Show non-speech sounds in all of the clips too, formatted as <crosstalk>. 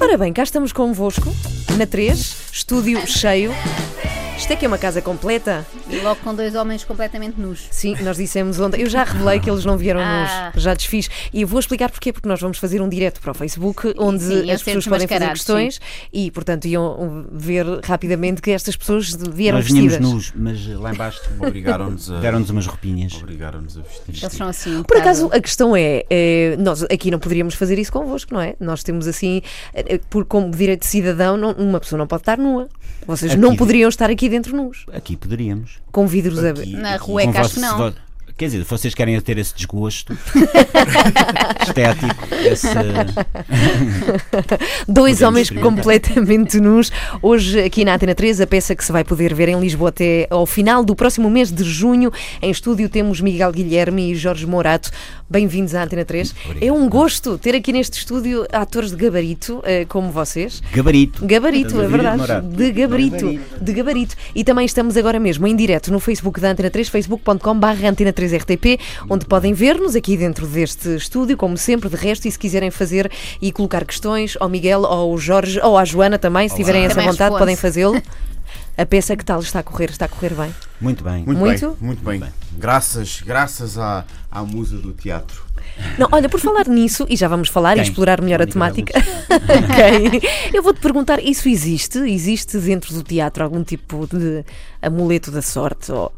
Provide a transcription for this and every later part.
Ora bem, cá estamos convosco, na 3, estúdio cheio. Isto é que é uma casa completa? E logo com dois homens completamente nus. Sim, nós dissemos ontem. Eu já revelei que eles não vieram Ah. nos. Já desfiz. E eu vou explicar porquê, porque nós vamos fazer um direto para o Facebook, onde sim, iam as ser pessoas podem fazer desmascarados, questões e, portanto, iam ver rapidamente que estas pessoas vieram Nós vínhamos vestidas. nus, mas lá embaixo Obrigaram-nos a, deram-nos umas roupinhas. obrigaram-nos a vestir. Eles são assim. um Por bocado- acaso, a questão é, eh, nós aqui não poderíamos fazer isso convosco, não é? Nós temos assim, eh, eh, por, como direito de cidadão, não- uma pessoa não pode estar nua. Vocês Aqui não de- poderiam estar aqui dentro nus, Aqui poderíamos. com vidros abertos. Aqui- Na aqui- rua é Com que acho que vosso- não. vo- Quer dizer, vocês querem ter <laughs> esse desgosto estético, esse, Dois Podemos homens ver. completamente nus. Hoje, aqui na Atena 3, a peça que se vai poder ver em Lisboa até ao final do próximo mês de junho. Em estúdio temos Miguel Guilherme e Jorge Morato. Bem-vindos à Antena 3. É um gosto ter aqui neste estúdio atores de gabarito, eh, como vocês. gabarito. Gabarito, é Estamos a ouvir, verdade. Morato? De gabarito, de gabarito. E também estamos agora mesmo em direto no Facebook da Antena 3, facebook.com.br antena3rtp, onde podem ver-nos aqui dentro deste estúdio, como sempre, de resto, e se quiserem fazer e colocar questões ao Miguel, ou ao Jorge, ou à Joana também, se tiverem essa Também vontade, responde. podem <laughs> fazê-lo. A peça que tal está a correr? Está a correr bem? Muito bem. Muito, Muito? bem, muito bem. Graças, graças à, à musa do teatro. Não, olha, por falar nisso, e já vamos falar e Quem? explorar melhor a Mónica temática. <laughs> Quem? Eu vou-te perguntar, isso existe? Existe dentro do teatro algum tipo de amuleto da sorte? Ou,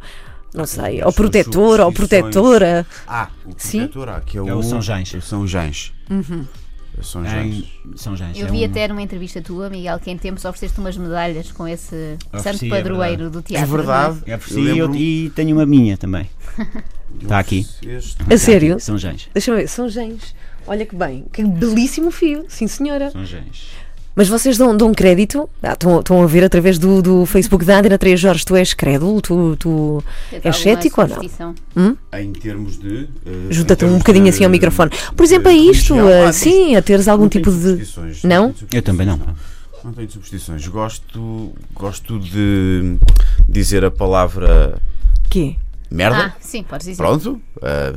não sei, ou São protetor, ou superstições. protetora? Ah, o Sim. Uhum. protetor há, que é o, É o São Jans. o São Jans. É o São Jans. Em São Jans. Eu é vi um- até numa entrevista tua, Miguel, que em tempos ofereceste umas medalhas com esse Ofereci, santo é padroeiro verdade. do É teatro. verdade. É por eu si, eu- lembro-me e tenho uma minha <laughs> também. Está Tá aqui. este- A sério? São Jans. Deixa-me ver, São Gens. Olha que bem, que belíssimo fio, sim senhora. São Jans. Mas vocês dão, dão crédito? Ah, Estão estão a ver através do, do Facebook da Andra 3 Jorge, tu és crédulo? Tu, tu Tens és alguma cético É ou não? superstição? Em termos de. eh, Junta-te em um Então, termos bocadinho de- assim ao microfone. Por exemplo, de a eh, isto, religião. a- Ah, sim, a teres algum Não tenho tipo de. superstições, Não? tenho superstições, Eu também não. Não tenho superstições. Gosto, gosto de dizer a palavra Quê? merda. Ah, sim, podes dizer. Pronto, ah,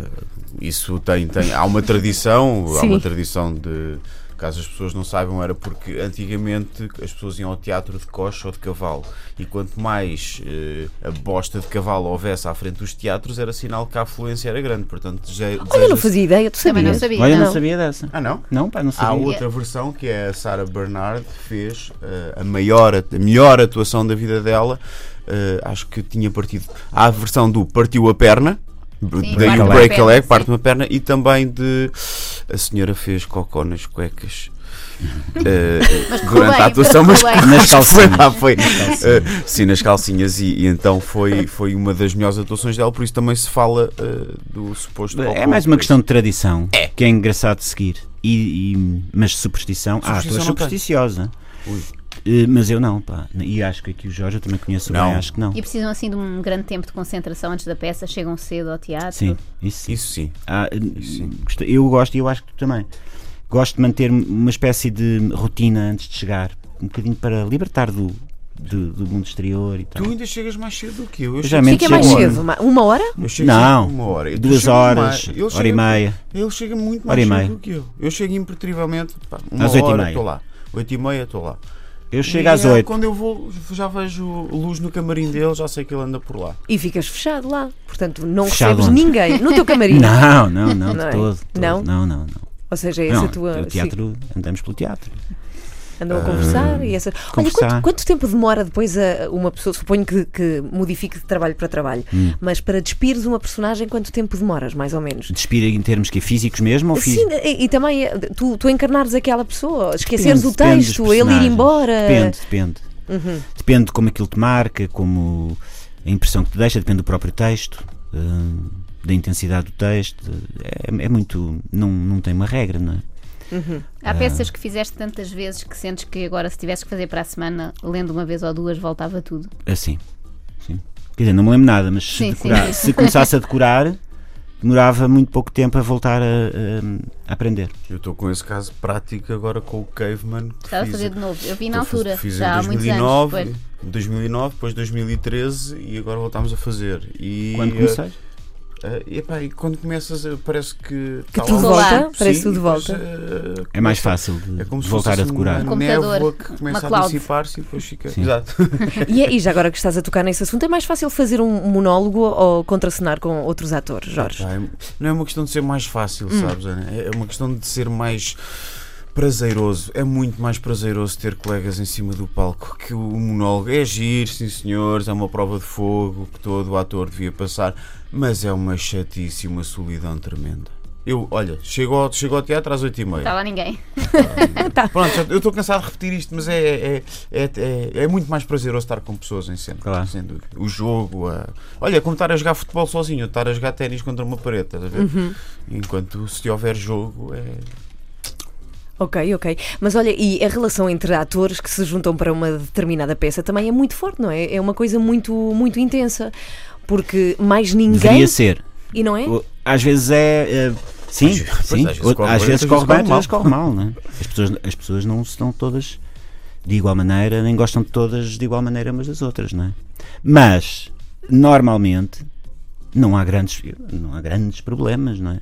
isso tem, tem. Há uma tradição, há Sim. uma tradição de. Caso as pessoas não saibam, era porque antigamente as pessoas iam ao teatro de coxa ou de cavalo. E quanto mais eh, a bosta de cavalo houvesse à frente dos teatros, era sinal que a afluência era grande. Portanto, deseja- Olha, eu não é deseja-se- fazia ideia, tu Também não sabias? sabia. Olha, não. Não. sabia dessa. Ah, não? Não, pá, não Há sabia. outra versão que é a Sara Bernard que fez eh, a maior, a melhor atuação da vida dela. Eh, acho que tinha partido. Há a versão do partiu a perna, Sim, daí parte o uma break a perna, leg, sim. parte uma perna, e também de a senhora fez cocó nas <laughs> cuecas. eh, Mas correu durante bem, a atuação, mas correu bem. Nas acho que foi calcinhas. lá, foi, eh, sim, nas calcinhas, e, e então foi, foi uma das melhores atuações dela, por isso também se fala eh, do suposto. É cocó. mais uma questão de tradição, que é engraçado de seguir. E, e- mas superstição, ah, Superstição estou não supersticiosa. Ui. Eh, Mas eu não, pá. E acho que aqui o Jorge eu também conheço Não. bem, acho que não. E precisam assim de um grande tempo de concentração antes da peça, chegam cedo ao teatro. Sim, isso sim. Isso sim. Ah, eh, gosto- eu gosto e eu acho que tu também. Gosto de manter uma espécie de rotina antes de chegar, um bocadinho para libertar do, do, do mundo exterior e tal. Tu ainda chegas mais cedo do que eu. Eu Tá já chego menos um Fica mais chego- cedo, uma, uma hora? Eu chego Não, sempre uma hora. Eu duas chego horas, mais- ele hora chega- e meia. Ele chega muito Hora e mais cedo meia. do que eu. Eu chego impertrivelmente, pá, uma Às oito e hora meia. estou lá. Oito e meia estou lá. Eu chego E às é oito Quando eu vou, já vejo luz no camarim dele, já sei que ele anda por lá. E ficas fechado lá. Portanto, não Fechado recebes onde? ninguém no teu camarim. Não, não, não, Não é? de todo. de todo. Não? não, não. não. Ou seja, é essa Não, tua. o teatro, andamos pelo teatro. sim, andam a conversar e essa. Olha, quanto, conversar. quanto tempo demora depois a uma pessoa, suponho que, que modifique de trabalho para trabalho, Hum. mas para despires uma personagem, quanto tempo demoras, mais ou menos? Despir em termos que é físicos mesmo ou Sim, físicos? e, e também eh, tu, tu encarnares aquela pessoa, esqueceres o Depende- depende texto, dos ele ir personagens. embora. Uhum, Depende, depende. Depende de como aquilo te marca, como a impressão que te deixa, depende do próprio texto, hum, da intensidade do texto. É, é muito. Não, não tem uma regra, não é? uhum. Há peças que fizeste tantas vezes que sentes que agora, se tivesse que fazer para a semana, lendo uma vez ou duas, voltava tudo. Assim. Sim. Quer dizer, não me lembro nada, mas se, Sim, decorar- sim. se começasse a decorar, demorava muito pouco tempo a voltar a, a- a aprender. Eu estou com esse caso prático agora com o Caveman. Que Estava a fiz- fazer de novo. Eu vi na que eu fiz- altura, fiz em já há muitos anos. 2009, Pois. 2009, depois 2013 e agora voltámos a fazer. E Quando eh, comecei? Ah, e, epá, e quando começas, a- parece que. Que tá tudo lá. volta? Parece Sim, tudo mas, volta. ah, É mais fácil de, É como de se voltar fosse a decorar. uma Um computador, névoa que uma começa a cloud. dissipar-se e depois fica. Sim. <laughs> Exato. E, é- e já agora que estás a tocar nesse assunto, é mais fácil fazer um monólogo ou contracenar com outros atores, Jorge? Epá, é- não é uma questão de ser mais fácil, Hum. sabes, Ana? É uma questão de ser mais prazeroso. É muito mais prazeroso ter colegas em cima do palco que o monólogo. É giro, sim senhores, é uma prova de fogo que todo ator devia passar, mas é uma chatice e uma solidão tremenda. Eu, olha, chego ao, chego ao teatro às 8h30. Está tá lá ninguém. Pronto, já- eu estou cansado de repetir isto, mas é, é, é, é, é muito mais prazeroso estar com pessoas em cena. Claro. Sem dúvida. O jogo, a... olha, é como estar a jogar futebol sozinho, ou estar a jogar ténis contra uma parede, estás a ver? Enquanto se houver jogo, é. Ok, ok. Mas olha, e a relação entre atores que se juntam para uma determinada peça também é muito forte, não é? É uma coisa muito, muito intensa. Porque mais ninguém. Deveria ser. E não é? O- Às vezes é. eh, sim, Às vezes- sim. pois, às vezes Ou- corre Às bem, vezes outras corre vezes bem, corre às vezes corre mal. Não é? as, pessoas, as pessoas não estão todas de igual maneira, nem gostam de todas de igual maneira umas das outras. Não é? Mas, normalmente, não há grandes, não há grandes problemas. Não é?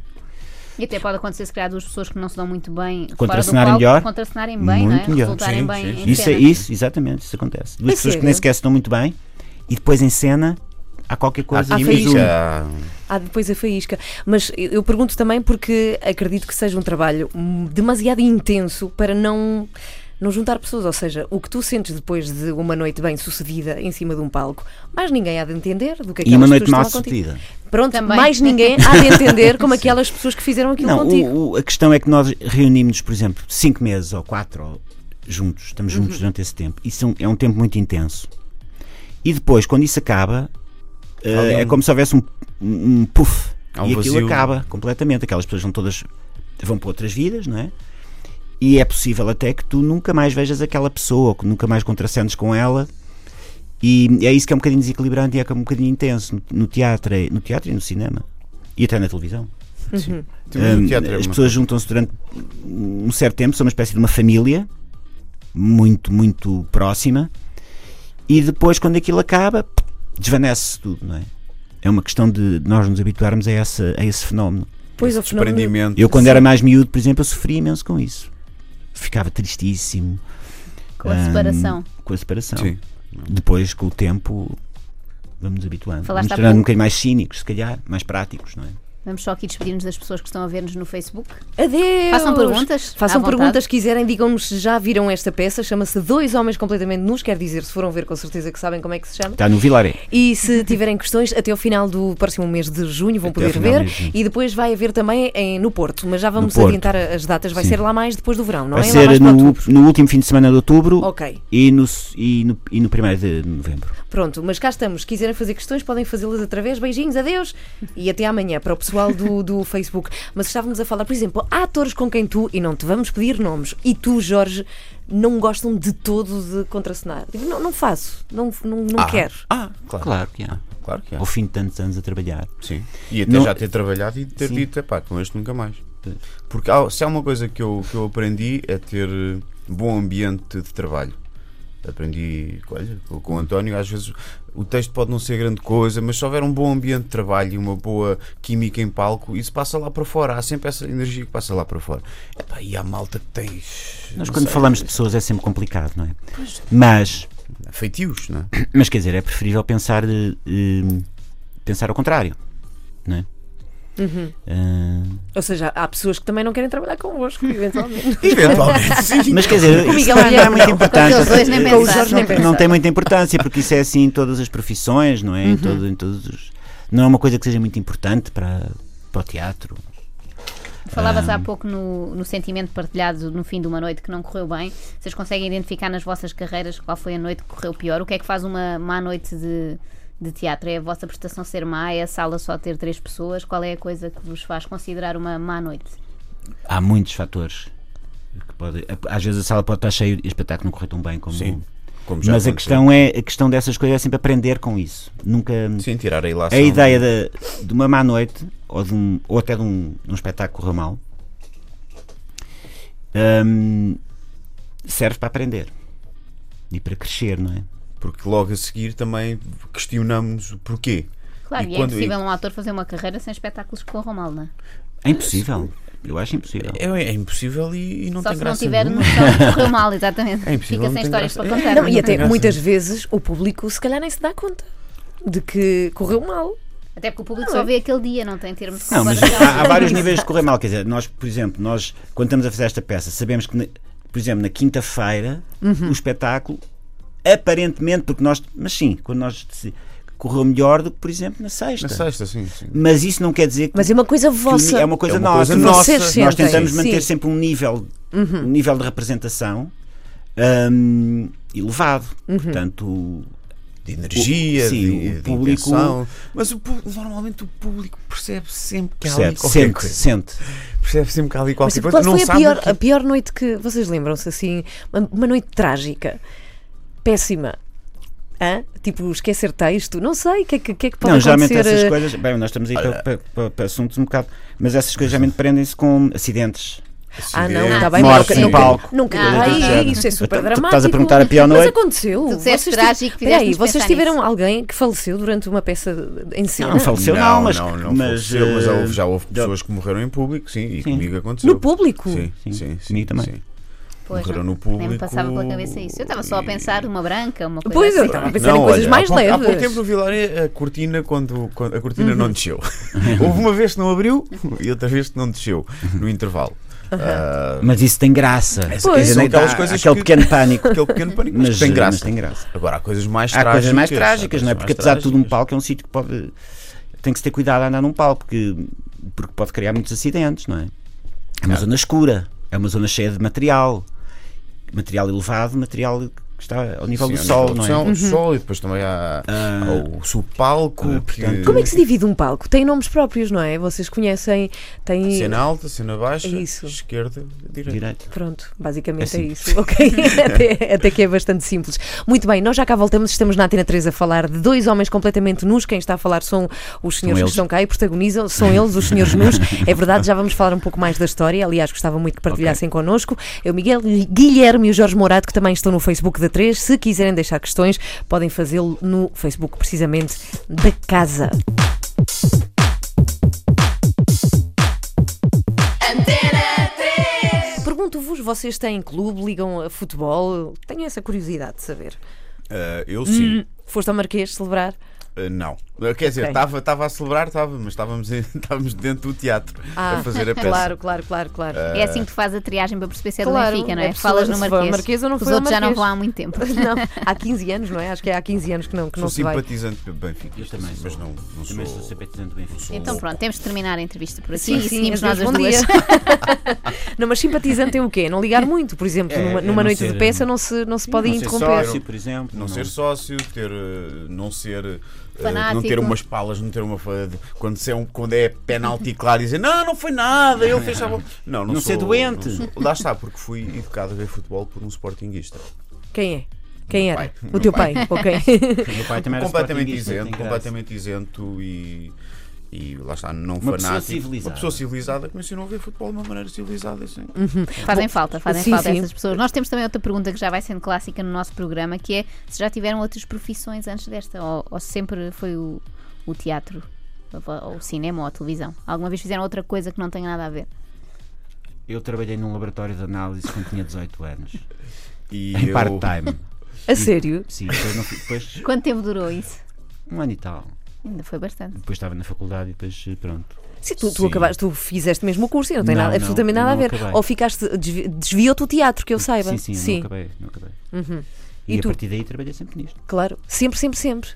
E até pode acontecer, se calhar, duas pessoas que não se dão muito bem. Contracenarem fora do palco, melhor. Contracenarem bem, não é? Muito melhor. Resultarem Sim, bem. sim, Em Isso, é- cena. isso, exatamente, isso acontece. Duas É pessoas sério? que nem sequer se dão muito bem e depois em cena há qualquer coisa há e faísca. mistura. Já- Há depois a faísca. Mas eu eu pergunto também porque acredito que seja um trabalho hum, demasiado intenso para não. Não juntar pessoas, ou seja, o que tu sentes depois de uma noite bem sucedida em cima de um palco, mais ninguém há de entender do que E uma aquelas noite pessoas mal que estavam contigo. sucedida. Pronto, Também. mais ninguém há de entender como aquelas pessoas que fizeram aquilo Não, contigo. o- o- a questão é que nós reunimos, por exemplo, cinco meses ou quatro ou juntos, estamos juntos durante esse tempo. Isso é um, é um tempo muito intenso. E depois, quando isso acaba, eh, Alguém- é como se houvesse um, um puff. Há um e aquilo vazio. acaba completamente. Aquelas pessoas vão todas vão para outras vidas, não é? E é possível até que tu nunca mais vejas aquela pessoa, ou que nunca mais contracendes com ela. E é isso que é um bocadinho desequilibrante e é que é um bocadinho intenso no, no teatro, e- no teatro e no cinema. E até na televisão. Temos Hum, o teatro, é as uma- pessoas juntam-se durante um certo tempo, são uma espécie de uma família muito, muito próxima, e depois, quando aquilo acaba, desvanece tudo, não é? É uma questão de nós nos habituarmos a, essa, a esse fenómeno. Pois o fenómeno. Desprendimento. Eu, quando era mais miúdo, por exemplo, eu sofria imenso com isso. Ficava tristíssimo Com a Hum, separação. com a separação. Sim. Depois, com o tempo, vamos nos habituando. Falaste Vamos há tornando um pouco. bocadinho mais cínicos, se calhar, mais práticos, não é? Vamos só aqui despedir-nos das pessoas que estão a ver-nos no Facebook. Adeus! Façam perguntas, Façam à vontade. perguntas se quiserem, digam-nos se já viram esta peça. Chama-se Dois Homens Completamente Nus, quer dizer, se foram ver, com certeza que sabem como é que se chama. Está no Vilaré. E se <laughs> tiverem questões, até ao final do próximo mês de junho vão Até ao poder final do ver. mês de junho. E depois vai haver também em- no Porto, mas já vamos No Porto. adiantar as datas. Vai Sim. ser lá mais depois do verão, não Vai é? lá mais ser para no, outubro. no último fim de semana de outubro Ok, e, no, e, no, e no primeiro de novembro. pronto, mas cá estamos. Se quiserem fazer questões, podem fazê-las através. Beijinhos, adeus e até amanhã para o pessoal <laughs> do, do Facebook. Mas estávamos a falar, por exemplo, há atores com quem tu, e não te vamos pedir nomes, e tu, Jorge, não gostam de todo de contracenar. Tipo, não, não faço, não, não, não quero. Ah, claro. Claro que há. Claro que é. Ao fim de tantos anos a trabalhar. Sim. E até Não- já ter trabalhado e ter Sim. dito, epá, com este nunca mais. Porque há- se há uma coisa que eu, que eu aprendi é ter eh, bom ambiente de trabalho. Aprendi olha, com, com o António, às vezes o texto pode não ser grande coisa, mas se houver um bom ambiente de trabalho e uma boa química em palco, isso passa lá para fora. Há sempre essa energia que passa lá para fora. Epá, e há malta que tens Nós, quando falamos de pessoas, é sempre complicado, não é? Mas, <clears throat> feitios, não é? <laughs> mas quer dizer, é preferível pensar, eh, eh, pensar ao contrário, não é? Ah, Ou seja, há pessoas que também não querem trabalhar convosco, eventualmente. Eventualmente, sim. mas quer dizer, O isso Miguel não, não é Guilherme, muito não. importante. Com os dois nem Eh, pensar. o Jorge não, Nem tem- pensar. não tem muita importância, porque isso é assim em todas as profissões, não é? Em, todo- em todos os- não é uma coisa que seja muito importante para, para o teatro. Falavas hum. há pouco no, no sentimento partilhado no fim de uma noite que não correu bem. Vocês conseguem identificar nas vossas carreiras qual foi a noite que correu pior? O que é que faz uma má noite de, de teatro? É a vossa prestação ser má? É a sala só ter três pessoas? Qual é a coisa que vos faz considerar uma má noite? Há muitos fatores. que podem- às vezes a sala pode estar cheia e o espetáculo não correu tão bem como. Sim, como já Mas a aconteceu. questão, é, a questão dessas coisas é sempre aprender com isso. Nunca. Sim, tirar a ilação. A ideia de, de uma má noite ou, de um- ou até de um, de um espetáculo que correu mal hum, serve para aprender e para crescer, não é? porque logo a seguir também questionamos o porquê. Claro, E e, é quando- impossível e- um ator fazer uma carreira sem espetáculos que corram mal, não é? É impossível. Eu acho impossível. É, é impossível e, e não Só tem se não graça tiver nenhuma. noção de que <laughs> correu mal, exatamente. É impossível, Fica não sem tem histórias graça. para contar. Não, e não até tem graça. muitas vezes o público se calhar nem se dá conta de que correu mal. Até porque o público Não só é? vê aquele dia, não tem termos de Não, mas comparação. há, há vários níveis de correr mal. Quer dizer, nós, por exemplo, nós, quando estamos a fazer esta peça, sabemos que, na- por exemplo, na quinta-feira, Uhum. o espetáculo, aparentemente, porque nós. Mas sim, quando nós. deci- Correu melhor do que, por exemplo, na sexta. Na sexta, sim. sim. Mas isso não quer dizer que. Mas é uma coisa que o ni- vossa. É uma coisa É uma nossa. coisa que nossa. vocês sentem. Nós tentamos Sim. Uhum. manter sempre um nível, um nível de representação hum, elevado. Uhum. Portanto, De energia, sim, de, o de público- intenção. Mas o pú- normalmente o público percebe sempre é que há ali percebe, qualquer sente, coisa. sente. Percebe sempre que há ali Mas qualquer coisa. qual Não foi a sabe pior, é o que- a pior noite que. Vocês lembram-se assim? Uma, uma noite trágica. Péssima. Hã? Tipo, esquecer texto? Não sei. O que, é que- que é que pode não, geralmente acontecer? essas eh, coisas. Bem, nós estamos aí para, para- para- para assuntos um bocado. Mas essas coisas geralmente prendem-se com acidentes. Ah, não, Acidentes, está bem, Morte mas em nunca, palco, nunca, coisas nunca. do Ai, género. isso é super Tu- tu dramático. estás a perguntar a pior Mas noite? aconteceu. Tu disseste Vocês ti- trágico e Peraí, fizeste-nos vocês pensar tiveram nisso. alguém que faleceu durante uma peça em cena? Não, faleceu não, mas. não, não mas, faleceu, mas eh, já houve, já houve já- pessoas que morreram em público, sim, e Sim. comigo aconteceu. No público? Sim, sim, sim. sim, comigo também. sim. Pois, Morreram não- no público. Nem me passava pela cabeça isso. Eu estava só a pensar uma branca, uma coisa Pois, eu assim. estava a pensar em coisas olha, mais há pouco, Há pouco leves. Uhum. tempo no Vilar eh, a cortina, quando, quando- a cortina não desceu. <laughs> houve uma vez que não abriu e outra vez que não desceu, no intervalo. Uhum. Ah, Mas isso tem graça. são Quer dizer, nem aquelas dá coisas aquele que- <laughs> pequeno pânico. aquele pequeno pânico, mas, mas, tem eh, graça. mas tem graça. Agora, há coisas mais Há trágicas. coisas mais há trágicas, não é? coisas Porque mais apesar de tudo, um trágicas. palco é um sítio que pode. Tem que se ter cuidado a andar num palco, porque, porque pode criar muitos acidentes, não é? É uma zona escura, é uma zona cheia de material. Material elevado, material que está ao nível Sim, do há sol, não é? produção, O Uhum. sol e depois também há, há o subpalco. ah, que- portanto- Como é que se divide um palco? Tem nomes próprios, não é? Vocês conhecem, tem. Cena alta, cena baixa, É isso. esquerda, direita. Direito. Pronto, basicamente É é, isso. <laughs> Ok, até, até que é bastante simples. Muito bem, nós já cá voltamos, estamos na Antena 3 a falar de dois homens completamente nus. Quem está a falar são os senhores que eles. estão cá e um protagonizam, são eles, os senhores nus. É verdade, já vamos falar um pouco mais da história. Aliás, gostava muito que partilhassem connosco. Eu, Miguel, Guilherme e o Jorge Mourado, que também estão no Facebook da 3. Se quiserem deixar questões, podem fazê-lo no Facebook, precisamente, da casa. Pergunto-vos, vocês têm clube, ligam a futebol? Tenho essa curiosidade de saber. Ah, eu sim. Foste ao Marquês celebrar? Uh, não. Uh, Quer dizer, Ok. estava estava a celebrar, estava, mas estávamos, em- <laughs> estávamos dentro do teatro Ah, a fazer a peça. Claro, claro, claro, claro. É assim que tu fazes a triagem para perceber se é Claro, do Benfica, não é é? possível, Falas no se for Marquês. Marquês, eu não Os fui ao outros já não Marquês. vão há muito tempo. <laughs> Não, há 15 anos, não é? Acho que é há 15 anos que não, que não Sou se vai. simpatizante do Benfica, Eu também sim, mas sou. não, não sou. Também sou simpatizante do Benfica. sou Então louco. pronto, temos de terminar a entrevista por aqui Sim, e sim, seguimos adeus, nós as bom duas. <laughs> Não, mas simpatizante é o quê? Não ligar muito, por exemplo, É, numa, é numa não noite de ser- peça não se, não se pode é não ser interromper. sócio, por exemplo. Não, ser sócio, ter, uh, não ser. uh, não Fanático. ter umas palas, não ter uma. fa- de- Quando, se é um, quando é penalti claro, dizer não, não foi nada, ele <laughs> fez. a bola." Não, não, Não sou- ser doente. não sou. Lá está, porque fui educado a ver futebol por um sportinguista. Quem é? Quem era? pai. O teu pai, ok. <laughs> completamente isento, completamente isento e, e lá está, não Uma pessoa fanático. civilizada. Uma pessoa civilizada que me ensinou a ver futebol de uma maneira civilizada. Assim. Uhum. Fazem falta, fazem Sim, falta sim. essas pessoas. Nós temos também outra pergunta que já vai sendo clássica no nosso programa, que é se já tiveram outras profissões antes desta, ou, ou se sempre foi o, o teatro, ou o cinema, ou a televisão. Alguma vez fizeram outra coisa que não tenha nada a ver. Eu trabalhei num laboratório de análise quando tinha 18 anos, E em eu- part-time. A sério? Sim, depois, não fui- depois Quanto tempo durou isso? um ano e tal. Ainda foi bastante. Depois estava na faculdade e depois eh, pronto. Sim, tu, tu, Sim. acabaste, tu fizeste mesmo o curso e não tem Não, nada, não, absolutamente nada a não ver. acabei. Ou ficaste, desvi- desviou-te o teatro, que eu saiba. Sim, sim, eu não acabei. Não acabei. E, E a tu? partir daí trabalhei sempre nisto. Claro, sempre, sempre, sempre.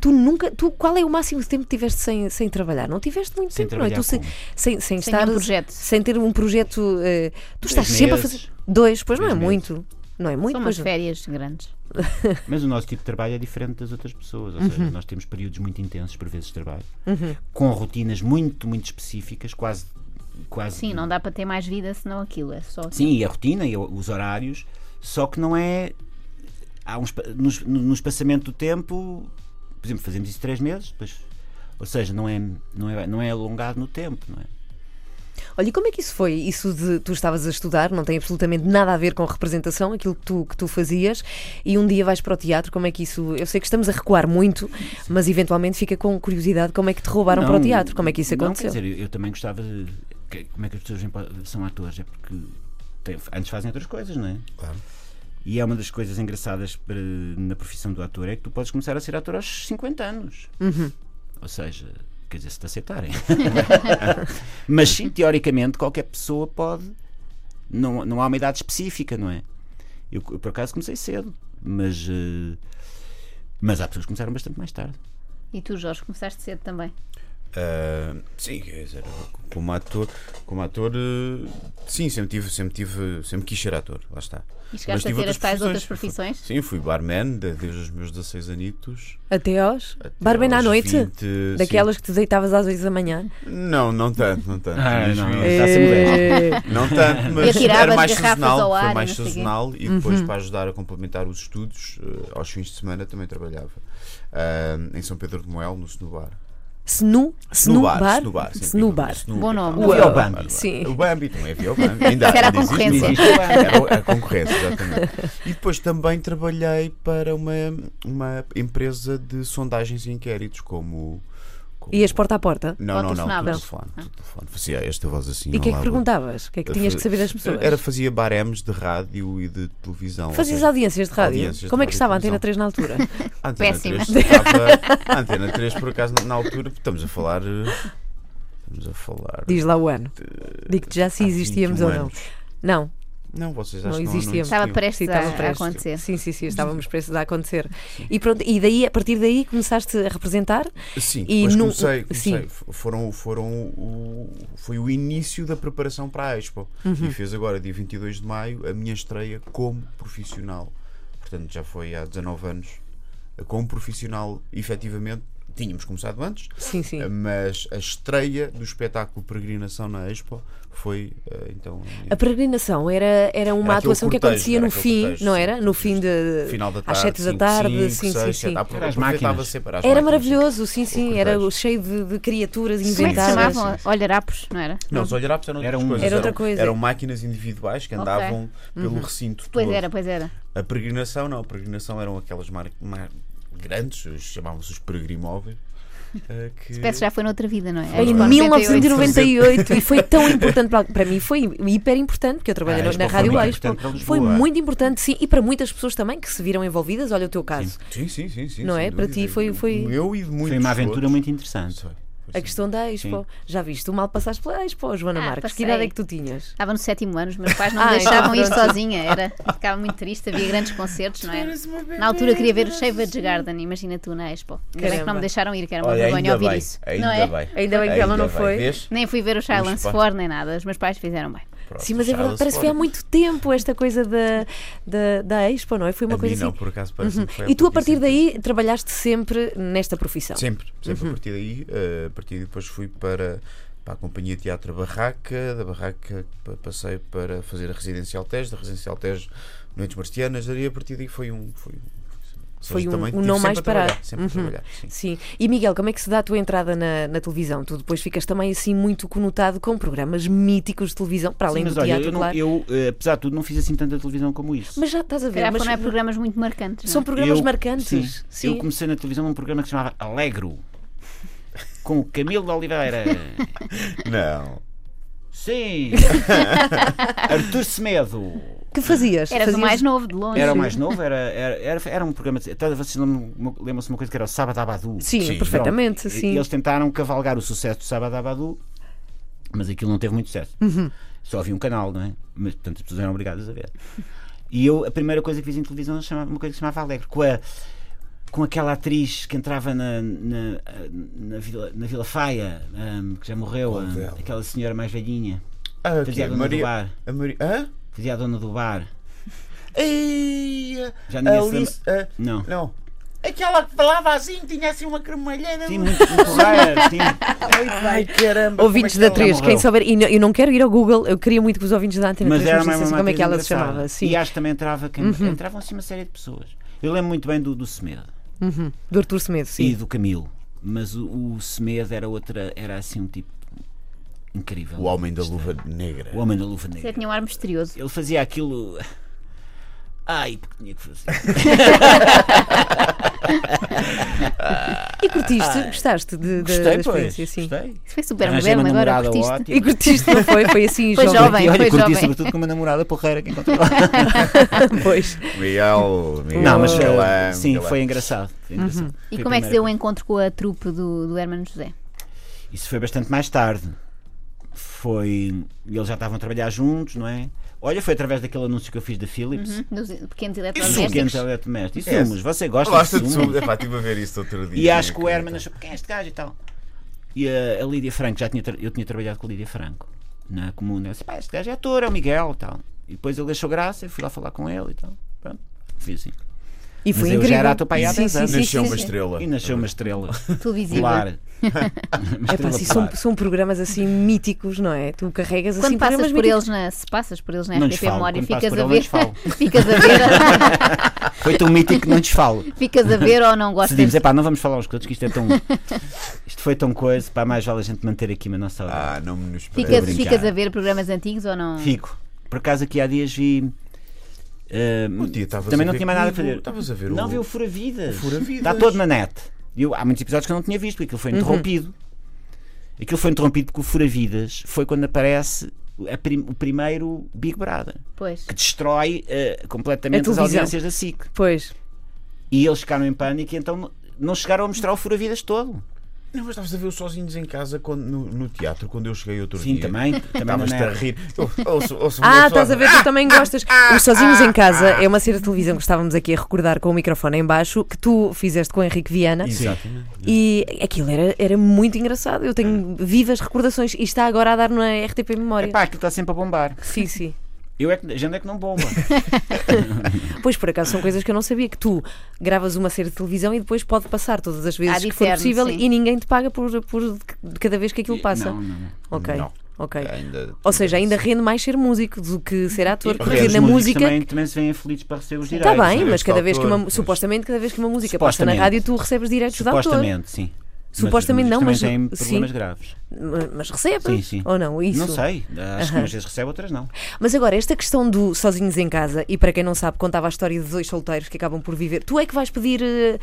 Tu nunca, tu, qual é o máximo de tempo que tiveste sem, sem trabalhar? Não tiveste muito Sem tempo, não é? Tu trabalhar sem, como? sem, sem Sem estar nenhum projeto. sem ter um projeto. eh, tu estás sempre a fazer meses. dois, pois não é Três meses. muito. Não é muito, São pois umas não. férias grandes. Mas o nosso tipo de trabalho é diferente das outras pessoas. Ou seja, nós temos períodos muito intensos por vezes de trabalho, com rotinas muito, muito específicas, quase. quase Sim, não dá para ter mais vida senão aquilo. É só Sim, e a rotina e o- os horários, só que não é. Há um, espa- no, es- no espaçamento do tempo, por exemplo, fazemos isso três meses, depois, ou seja, não é, não, é, não é alongado no tempo, não é? Olha, e como é que isso foi? Isso de tu estavas a estudar, não tem absolutamente nada a ver com representação, aquilo que tu, que tu fazias, e um dia vais para o teatro, como é que isso. Eu sei que estamos a recuar muito, mas eventualmente fica com curiosidade como é que te roubaram Não, para o teatro, como é que isso não, aconteceu. quer dizer, eu, eu também gostava de. que- como é que as pessoas empo- são atores? É porque têm- antes fazem outras coisas, não é? Claro. E é uma das coisas engraçadas para- na profissão do ator é que tu podes começar a ser ator aos 50 anos. Uhum. Ou seja, quer dizer, se te aceitarem. <laughs> Mas sim, teoricamente, qualquer pessoa pode. Não, não há uma idade específica, não é? Eu, eu, por acaso comecei cedo, mas. eh, mas há pessoas que começaram bastante mais tarde. E tu, Jorge, começaste cedo também. Ah, sim, quer dizer, como ator, como ator eh, sim, sempre tive, sempre tive, sempre quis ser ator, lá está. E Mas chegaste a tive ter as tais outras Fui- profissões? Sim, fui barman de- desde os meus 16 anitos. Até aos. até Barben à aos noite? 20, sim. Daquelas que te deitavas às 8 da manhã. Não, não tanto, não tanto. Ah, Mas não, vi- Está a ser Eh, modesto. Não <laughs> tanto, mas atirava era mais as garrafas ao sazonal, ar foi e mais não sei quê. Uhum. sazonal e depois para ajudar a complementar os estudos, eh, aos fins de semana também trabalhava ah, em São Pedro de Moel, no Snubar. Snu, snubar. Snubar, sim, Snubar. Snubar. Bom nome. Uau. Havia o Bambi. Sim. O Bambi, não havia <laughs> o Bambi. Ainda, Isso era a ainda existe concorrência. o Bambi. Existe o Bambi. Era o- a concorrência, exatamente. E depois também trabalhei para uma, uma empresa de sondagens e inquéritos, como. como... Ias porta a porta. Não, não, não, tudo Telefonavas? telefone, tudo telefone. Fazia esta voz assim. E o que é que olá, perguntavas? O que é que tinhas que saber das pessoas? Era fazia baremes de rádio e de televisão. ou Fazias seja, audiências de rádio? audiências de Como é que rádio e estava a Antena televisão. 3 na altura? a Antena Péssima. 3 estava- a Antena 3, por acaso, na- na altura, estamos a falar. eh, Estamos a falar. Diz lá o ano. Digo-te já se Eh, há existíamos 21 ou não. anos. Não, Não, vocês Não acham que não existia. Estava existiam. Sim, prestes estava a- a prestes. acontecer. sim, sim, sim, estávamos prestes a acontecer. E pronto, e daí, a partir daí começaste a representar? Sim, E depois nu- comecei, comecei. sim. F- Foram, foram o, foi o início da preparação para a Expo Uhum. e fez agora, dia 22 de maio, a minha estreia como profissional. Portanto, já foi há 19 anos. Como profissional, efetivamente, tínhamos começado antes, Sim, sim. Hum. mas a estreia do espetáculo Peregrinação na Expo foi eh, então. A peregrinação era, era uma aquele atuação que cortejo, acontecia era no aquele fim, cortejo, não sim, era? No fim de. Final da às tarde, 7 da cinco, tarde, cinco, sim, sim, seis, sim. sete, apro- Era as aproveitava máquinas. sempre às Era máquinas, sim. maravilhoso, sim, sim. Era cortejo. cheio de, de criaturas Como é que se inventadas. chamavam? Olhar apos, não era? Não, os olharapos eram, Era outras um- coisas, Era outra eram, coisa. Uhum. Eram máquinas individuais que Ok. andavam pelo recinto Pois todo. era, pois era. A peregrinação, não, a peregrinação eram aquelas mar... mar- grandes, os- chamavam-se os peregrimóveis. eh, que... Parece que já foi noutra vida, não é? Em Expo 1998 e foi tão importante para, para mim, foi hiper importante, porque eu trabalhei Ah, na- a na Expo foi Rádio muito Expo. importante para Lisboa. Foi muito importante, sim, e para muitas pessoas também que se viram envolvidas. Olha o teu caso. Sim, sim, sim, sim. Não sem é? Para ti dúvida. foi- foi- Eu e de muitos Foi uma aventura <laughs> outros. muito interessante. Foi, foi A sim. questão da Expo. Já viste, tu mal passaste pela Expo, Joana Ah, Marques. Que passei. idade é que tu tinhas? Estava no sétimo ano, os meus pais não me Ah, deixavam então ir sozinha. Era, ficava muito triste, havia grandes concertos, não é? Na altura queria ver o assim. Savage Garden, imagina tu na Expo. Ainda bem que Caramba. não me deixaram ir, que É era uma Olha, vergonha ainda ouvir bem, isso. ainda não é? bem. Ainda bem que ela não bem, foi. vês? Nem fui ver o Silence pais. Ford nem nada, os meus pais fizeram bem. Pronto, Sim, mas é verdade, Charles parece que foi há Ford. muito tempo esta coisa da, da, da Expo, não é? Foi uma A coisa mim assim. não, por acaso parece que foi E tu, a partir pouquíssimo tempo. daí, trabalhaste sempre nesta profissão. Sempre, sempre Uhum. a partir daí. eh, a partir daí depois fui para, para a Companhia Teatro Barraca, da Barraca pa- passei para fazer a Residencial Tejo, da Residencial Tejo Noites Marcianas, daí a partir daí foi um. Foi um ou seja, Foi um- também um tive não sempre mais Uhum. a trabalhar, parar. Sempre a trabalhar, sim. Sim. E Miguel, como é que se dá a tua entrada na, na televisão? Tu depois ficas também assim muito conotado com programas míticos de televisão, para além Sim, mas do olha, teatro, eu, não- claro. eu, eh, apesar de tudo, não fiz assim tanta televisão como isso. Mas já estás a ver, Calhar mas não é programas muito marcantes. são não é? programas Eu- marcantes. Sim, Sim. Eu comecei na televisão num programa que se chamava Alegro, com o Camilo <laughs> de Oliveira. Não. Sim! Artur Semedo. Que fazias? Eras fazias... o mais novo, de longe. Era o mais novo, era, era, era, era um programa. De, até vocês lembram- lembram-se de uma coisa que era o Sábado Abadu. Sim, Sim. perfeitamente. Pronto, e- sim. e Eles tentaram cavalgar o sucesso do Sábado Abadu, mas aquilo não teve muito sucesso. Uhum. Só havia um canal, não é? Mas, portanto, as pessoas eram obrigadas a ver. E eu, a primeira coisa que fiz em televisão, chamava, uma coisa que se chamava Alegre, com, a, com aquela atriz que entrava na, na, na, Vila, na Vila Faia, ahm, que já morreu, ahm, dela? aquela senhora mais velhinha, Ah, Fazia a ok, dona do Maria. bar. A Maria. Hã? fazia a dona do bar. Ei, Já a ninguém se Alice- ah, Não. Não. Aquela que falava assim, tinha assim uma cremalheira. é? Sim, muito, muito rara, sim. <laughs> Ai, caramba. Ouvintes como é da que ela 3, quem morreu? souber, e não- eu não quero ir ao Google, eu queria muito que os ouvintes da Antena Mas 3 era me mais dissessem uma como é que ela se matriz engraçada. chamava. Sim, Uhum. E acho que também entrava quem, entravam assim uma série de pessoas. Eu lembro muito bem do, do Semedo do Artur Semedo, sim. e do Camilo, mas o, o Semedo era outra, era assim um tipo incrível. O Homem da Luva Negra. O Homem da Luva Negra. Você tinha um ar misterioso. Ele fazia aquilo. <laughs> Ai, porque tinha que fazer. E curtiste? Gostaste de, de, da Ah, é. Gostei, pois. experiência? Sim. Gostei. Isso foi super Arranjei moderno uma agora, namorada curtiste. E ótima. curtiste, não foi? Foi assim, Foi jovem. jovem. E olha, foi curti jovem. sobretudo com uma namorada porreira que encontrei lá. <laughs> Pois. Miguel, Miguel. Não, mas Miguel, eh, sim, Miguel. foi engraçado. Uhum. foi engraçado. Foi E a como é que primeira se deu o encontro com a trupe do, do Hermano José? Isso foi bastante mais tarde. Foi. Eles já estavam a trabalhar juntos, não é? Olha, foi através daquele anúncio que eu fiz da Philips. é Nos pequenos Hum? Isso, pequenos eletrodomésticos? eletrodomésticos. E É. sumos, você gosta, Gosta de de sumo. sumos? Epá, estive a ver isso outro dia. E acho que o Tinha Herman achou quem é este gajo e tal. E a, a Lídia Franco, já tinha, tra- eu tinha trabalhado com a Lídia Franco na comuna. Eu disse, pá, este gajo é ator, é o Miguel e tal. E depois ele achou graça, eu fui lá falar com ele e tal. Pronto, fiz assim. E foi Mas eu já incrível. era ator para aí há sim, 10 sim, anos. sim, Nasceu sim, uma sim. estrela. E nasceu uma é <laughs> estrela Televisiva. polar. <laughs> uma É pá, estrela sim, polar. são, são programas assim míticos, não é? Tu carregas assim Quando passas programas por míticos. eles na, se passas por eles na Não lhes RTP falo, Memória, quando passo ficas por a ele, não ver, lhes falo. <laughs> ficas a ver, <laughs> Foi tão mítico que não te falo. ficas a ver ou não Decidimos, gostas? epá, não vamos falar uns com os outros, que isto é tão. <laughs> Isto foi tão coisa, pá, mais vale a gente manter aqui uma nossa hora. Ah, não me nos Ficas, parece. ficas a ver programas antigos ou não? Fico. Por acaso aqui há dias vi. ah, Um dia estavas também a não ver tinha mais nada a comigo, fazer. Estavas a ver não o... vi o Fura Vidas. Fura Vidas. Está todo na net. E Eu, há muitos episódios que eu não tinha visto, aquilo foi Uhum. interrompido. Aquilo foi interrompido porque o Fura Vidas foi quando aparece a prim- o primeiro Big Brother, Pois. que destrói ah, completamente A as televisão. audiências da SIC. Pois. E eles ficaram em pânico e então não chegaram a mostrar o fura-vidas todo. Não, mas estavas a ver o Sozinhos em Casa quando- no, no teatro, quando eu cheguei outro Sim, dia. também. também Estavas-te não a era. rir. Eu- ouço- ouço uma Ah, pessoa- estás a ver, tu também gostas. Ah, o Sozinhos em Casa é uma série de televisão que estávamos aqui a recordar com o microfone em baixo, que tu fizeste com o Henrique Viana. Exatamente. E aquilo era, era muito engraçado. Eu tenho vivas recordações e está agora a dar na RTP Memória. Epá, aquilo está sempre a bombar. Sim, sim. Eu é que, a gente é que não bomba. Pois por acaso são coisas que eu não sabia que tu gravas uma série de televisão e depois pode passar todas as vezes Ah, que for discerne, possível sim. e ninguém te paga por, por de cada vez que aquilo <laughs> passa. Não, não, não. É, Ok. Não. Ok. Ainda- Ou seja, ainda rende mais ser músico do que ser ator, porque Os na músicos música Também, né, também se vêm felizes para receber os direitos. é? Está bem, direitos mas de cada vez que autor, uma, pois. supostamente cada vez que uma música passa na Supostamente. rádio tu recebes direitos de autor. Supostamente, sim. Mas os Supostamente não, músicos mas- também têm sim. problemas graves. Ma- Mas recebes Sim, sim. ou não? Isso. Não sei. Acho que umas vezes recebe, outras não. Mas agora, esta questão do sozinhos em casa, e para quem não sabe, contava a história de dois solteiros que acabam por viver. Tu é que vais pedir. eh,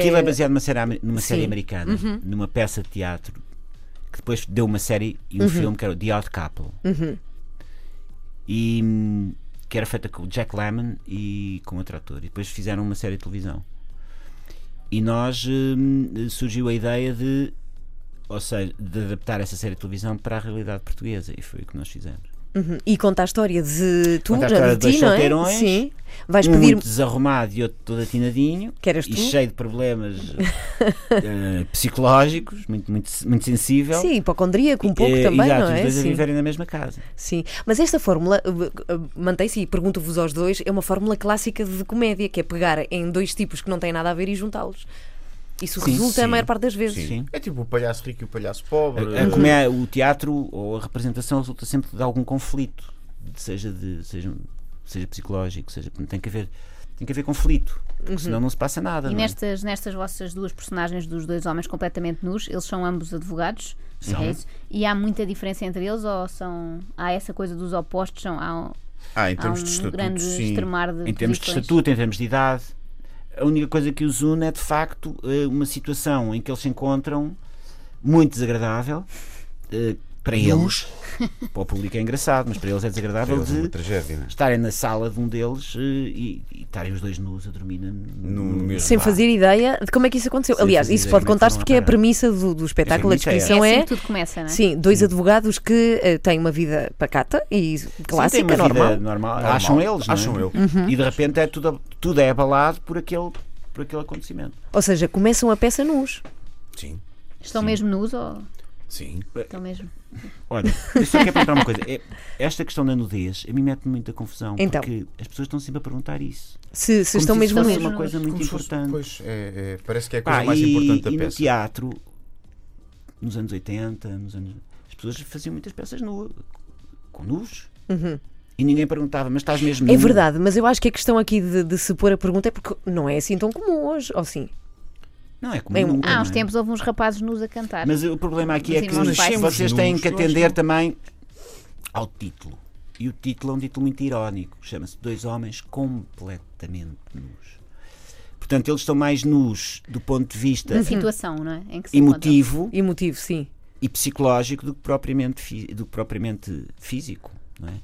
Aquilo eh, é baseado numa série, am- numa série Sim. Uhum. americana, numa peça de teatro, que depois deu uma série e um Uhum. filme que era o The Odd Couple. E hum, que era feita com o Jack Lemmon e com outro ator. E depois fizeram uma série de televisão. E nós hum, surgiu a ideia de, ou seja, de adaptar essa série de televisão para a realidade portuguesa. E foi o que nós fizemos. uhum, E conta a história de tu, Conta a já história de de ti, dois não é? solteirões. Sim. Vais um pedir. muito desarrumado e outro todo atinadinho Que eras e tu? cheio de <laughs> problemas eh, psicológicos, muito, muito, muito sensível. Sim, hipocondríaco um pouco Eh, também, exato, não os é? dois a Sim. viverem na mesma casa. Sim, mas esta fórmula uh, uh, mantém-se e pergunto-vos aos dois, é uma fórmula clássica de comédia, que é pegar em dois tipos que não têm nada a ver e juntá-los. Isso Sim, resulta a sim. maior parte das vezes. Sim. É tipo o palhaço rico e o palhaço pobre. A- a comé- o teatro ou a representação resulta sempre de algum conflito, de- seja, de, seja, seja psicológico, seja tem que haver, tem que haver conflito, porque Uhum. senão não se passa nada. E não é? nestas, nestas vossas duas personagens dos dois homens completamente nus, eles são ambos advogados, São. é isso? E há muita diferença entre eles ou são há essa coisa dos opostos, são há, Ah, em há um termos de estatuto, grande sim. extremar de em termos de posições? estatuto, em termos de idade. A única coisa que os une é de facto eh, uma situação em que eles se encontram muito desagradável eh, para eles. Para o público é engraçado, mas para eles é desagradável Eles é uma de tragédia, não é? estarem na sala de um deles eh, e, e estarem os dois nus a dormir no, No mesmo Sem Vá. fazer ideia de como é que isso aconteceu. Sem Aliás, fazer isso ideia pode como é que contar-se foram porque é a parar. premissa do, do espetáculo, a Essa premissa descrição é é. assim que tudo começa, não é? Sim, dois advogados que eh, têm uma vida pacata e Sim, clássica, tem uma vida normal. Uhum. normal. Normal. Acham eles, não é? Acham eles. E de repente é tudo, tudo é abalado por aquele, por aquele acontecimento. Ou seja, começam a peça nus. Sim, Estão mesmo nus ou sim. É. estão mesmo? Olha, eu só quero perguntar uma coisa. É- Esta questão da nudez a mim mete-me muita confusão Então. porque as pessoas estão sempre a perguntar isso. Se, se Como estão se isso mesmo fosse nus. mesmo uma coisa nus. muito Como se fosse- importante. Pois, é, é, parece que é a coisa Pá, mais e, importante da e no peça. teatro, nos anos 80, nos anos, as pessoas faziam muitas peças nu, com nus. E ninguém perguntava, mas estás mesmo Uhum. É nu? verdade, mas eu acho que a questão aqui de, de se pôr a pergunta é porque não é assim tão comum hoje, ou sim? Não é como Bem, nunca, Ah, Há não uns é? tempos houve uns rapazes nus a cantar. Mas o problema aqui Mas é que irmãos vocês, Spice. têm Nós que não. atender também ao título. E o título é um título muito irónico. Chama-se Dois Homens Completamente Nus. Portanto, eles estão mais nus do ponto de vista Da situação, não é? Em que se encontram. emotivo Emotivo, sim. e psicológico do que propriamente, fi- do que propriamente físico, não é?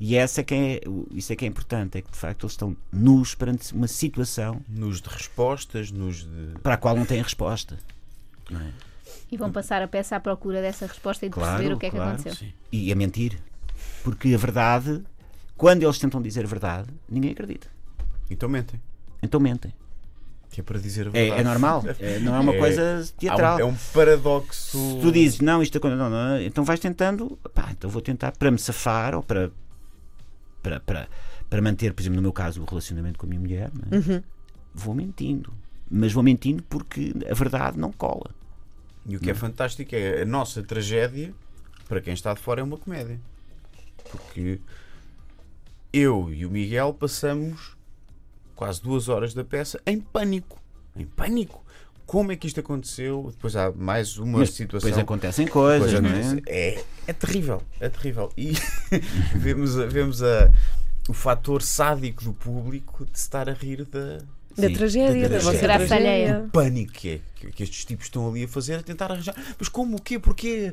E essa é que é, o- isso é que é importante, é que de facto eles estão nus perante uma situação Nos de respostas, nos de. para a qual não têm resposta. E vão passar a peça à procura dessa resposta e de perceber o que é que aconteceu. sim. E a mentir. Porque a verdade, quando eles tentam dizer a verdade, ninguém acredita. Então mentem. Então mentem. Que é para dizer a É, verdade. é normal. É- não é uma É- coisa Há um- teatral. é um paradoxo. Se tu dizes, não, isto acontece, não, não, então vais tentando, pá, então vou tentar para me safar ou para, para, para, para manter, por exemplo, no meu caso, o relacionamento com a minha mulher, não é? Uhum. vou mentindo. Mas vou mentindo porque a verdade não cola. E Hum. o que é fantástico é a nossa tragédia, para quem está de fora, é uma comédia. Porque eu e o Miguel passamos quase duas horas da peça em pânico. Em pânico. Como é que isto aconteceu? Depois há mais uma Mas situação. depois acontecem coisas, Coisa não acontece. é? É, é terrível, é terrível. E <laughs> vemos, a- vemos a, o fator sádico do público de se estar a rir da Da Sim. tragédia, da Da vossa desgraça tragédia. alheia. pânico que, é, que, que estes tipos estão ali a fazer, a tentar arranjar. Mas como, o quê, porquê?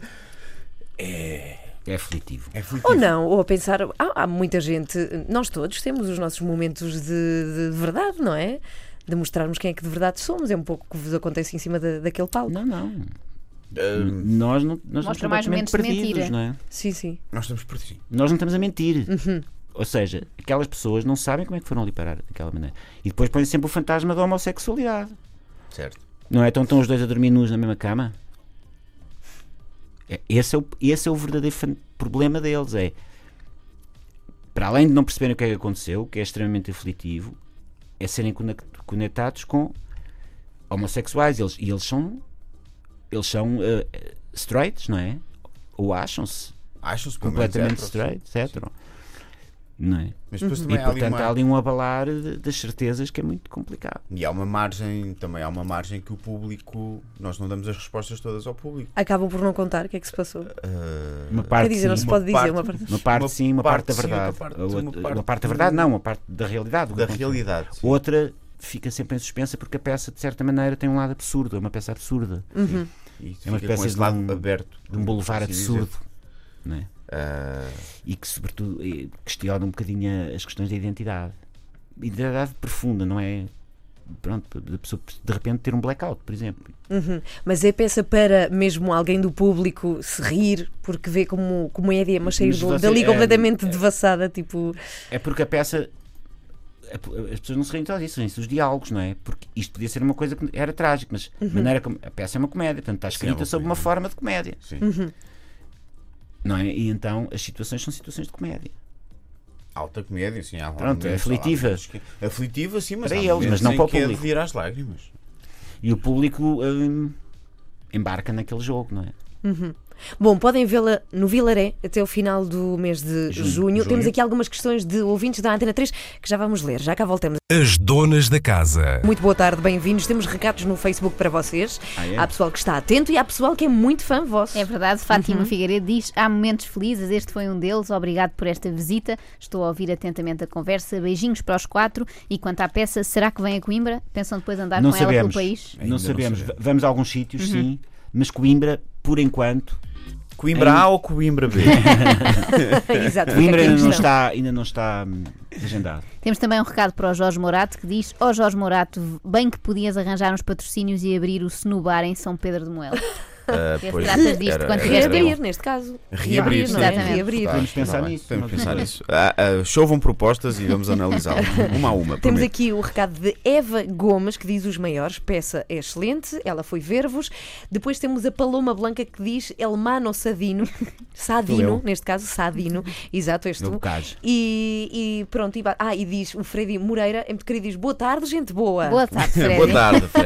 É aflitivo. É aflitivo. Ou não, ou a pensar, há, há muita gente, nós todos temos os nossos momentos de, de verdade, não é? De mostrarmos quem é que de verdade somos, é um pouco o que vos acontece em cima da, daquele palco. Não, não. Ah, Nós não nós estamos Mostra mais completamente momentos de perdidos, mentira. não é? Sim, sim. Nós estamos por ti. Nós não estamos a mentir. Uhum. Ou seja, aquelas pessoas não sabem como é que foram ali parar daquela maneira. E depois põem sempre o fantasma da homossexualidade. Certo. Não é? Então estão os dois a dormir nus na mesma cama? É, Esse é o, esse é o verdadeiro fan- problema deles. É para além de não perceberem o que é que aconteceu, o que é extremamente aflitivo, é serem conec- conectados com homossexuais. Eles, e eles são eles são eh, eh, straights, não é? Ou acham-se Acham-se pelo menos completamente héteros. straight, hetero. Não é? é Mas depois E também há ali portanto uma- há ali um abalar de- das certezas que é muito complicado. E há uma margem, também há uma margem que o público. Nós não damos as respostas todas ao público. Acabam por não contar o que é que se passou. Ah, Uma Quer parte dizer, não sim, se uma pode dizer parte- uma parte. Uma parte Uma sim, uma parte parte, da sim, outra verdade. parte- A outra- uma uma, parte- parte, da verdade, não, uma parte da realidade. da Outra- realidade. sim. Outra fica sempre em suspensa porque a peça, de certa maneira, tem um lado absurdo, é uma peça absurda, É E uma fica com espécie esse de lado um- aberto. de um boulevard por assim dizer. absurdo. não é? Ah, E que, sobretudo, eh, questiona um bocadinho as questões da identidade. Identidade profunda, não é? Pronto, da pessoa de repente ter um blackout, por exemplo. Uhum. Mas é peça para mesmo alguém do público se rir porque vê como é comédia, mas sair Mas do- você- dali é- completamente devassada, tipo. É porque a peça. a- As pessoas não se riem só disso, riem-se dos diálogos, não é? Porque isto podia ser uma coisa que era trágico, mas de maneira como. A peça é uma comédia, portanto está é uma escrita sob uma comédia. forma de comédia. sim. Não é? E então as situações são situações de comédia. Alta comédia, sim. Há Pronto, momentos- aflitiva. há momentos que- Aflitiva, sim, mas, Para há eles, momentos mas não em para o que é de público. vir às lágrimas. E o público hum, embarca naquele jogo, não é? Bom, podem vê-la no Vilaré até o final do mês de junho. Junho. Temos Junho. aqui algumas questões de ouvintes da Antena 3 que já vamos ler, já cá voltamos. As donas da casa. Muito boa tarde, bem-vindos. Temos recados no Facebook para vocês. Ah, é? Há pessoal que está atento e há pessoal que é muito fã vosso. <laughs> É verdade, Fátima Figueiredo diz: há momentos felizes, este foi um deles. Obrigado por esta visita. Estou a ouvir atentamente a conversa. Beijinhos para os quatro. E quanto à peça, será que vem a Coimbra? Pensam depois andar não com ela pelo sabemos. país? Ainda não não sabemos. sabemos. Vamos a alguns sítios, sim, mas Coimbra, por enquanto, Coimbra Em- A ou <laughs> Coimbra B? Exato. fica aqui Coimbra a <laughs> ainda não questão. está, ainda não está hum, agendado. Temos também um recado para o Jorge Morato que diz: Ó Jorge Morato, bem que podias arranjar uns patrocínios e abrir o Senobar em São Pedro de Moela. Ah, Se pois, tratas disto era- quando era- tiveres era Reabrir, neste caso. Reabrir, não é? sim. Reabrir. Podemos pensar bem, nisso. Podemos Mas- pensar nisso. Ah, ah, chovam propostas e vamos analisá-las uma a uma. Temos prometo. aqui o recado de Eva Gomes, que diz os maiores, peça é excelente, ela foi ver-vos. Depois temos a Paloma Blanca, que diz Elmano Sadino, <laughs> Sadino, eu. neste caso, Sadino, exato, és Meu tu. bocage. E, e pronto, e, ba- ah, e diz o Freddy Moreira, é muito querido, diz boa tarde, gente boa. <laughs> Boa tarde, tá, Fred.